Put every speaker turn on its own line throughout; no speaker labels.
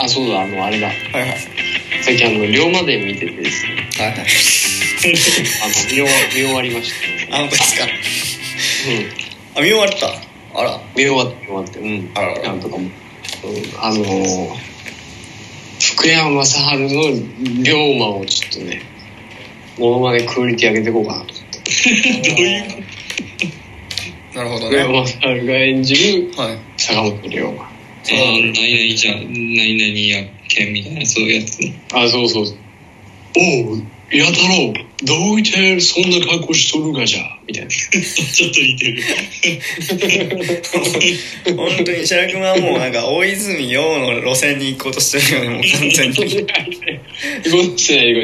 あのあれだ
はいはい
最近あの龍馬伝見ててですね
はいはい
あの見終わ見終わりました、
あ本当ですか
うん
あ見終わったあら
見終わって見終わってうん
あらら
なんとかも、うん、あのー福山雅治の龍馬をちょっとねモノマネクオリティ上げていこうかなと思って
なるほど
福
ね
山雅治が演じる
はい
坂本龍馬
ああ、何々じゃ、何々やけんみたいな、そういうやつ。
あそうそうおうや太郎どういてそんな格好しとるがじゃみたいな
ちょっと似てる。
本当に石原君はもうなんか大泉洋の路線に行こうとしてるよねもう完全に、
ごっちないごっ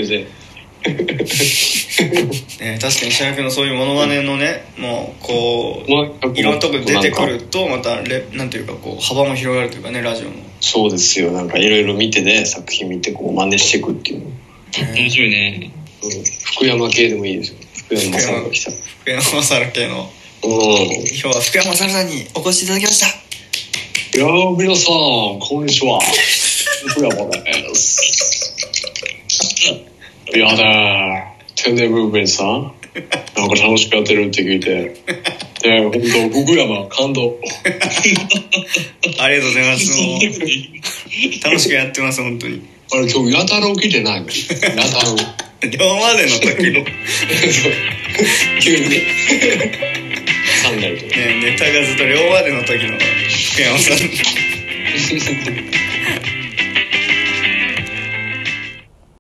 ちない
ね、確かに石原君のそういうモノマネのねもうこう
まあ
いろんなとこに出てくるとまたレなんていうかこう幅も広がるというかねラジオの、
そうですよなんかいろいろ見てね作品見てこう真似していくっていうの
面
ね、
白いね。
うん福山系でもいいですよ福山雅治が来た
福山雅治系の
うん
今日は福山雅治さんにお越しいただきました
いやー皆さんこんにちは福山ですいやだー天然ムーブメントさんなんか楽しくやってるって聞いてで本当福山感動
ありがとうございますもう楽しくやってます本当に
あれ今日やたら起きてないのやたら
龍馬伝の時の、ね、
急にね3台とか
ネタがずっと龍馬伝の時の福山さん
い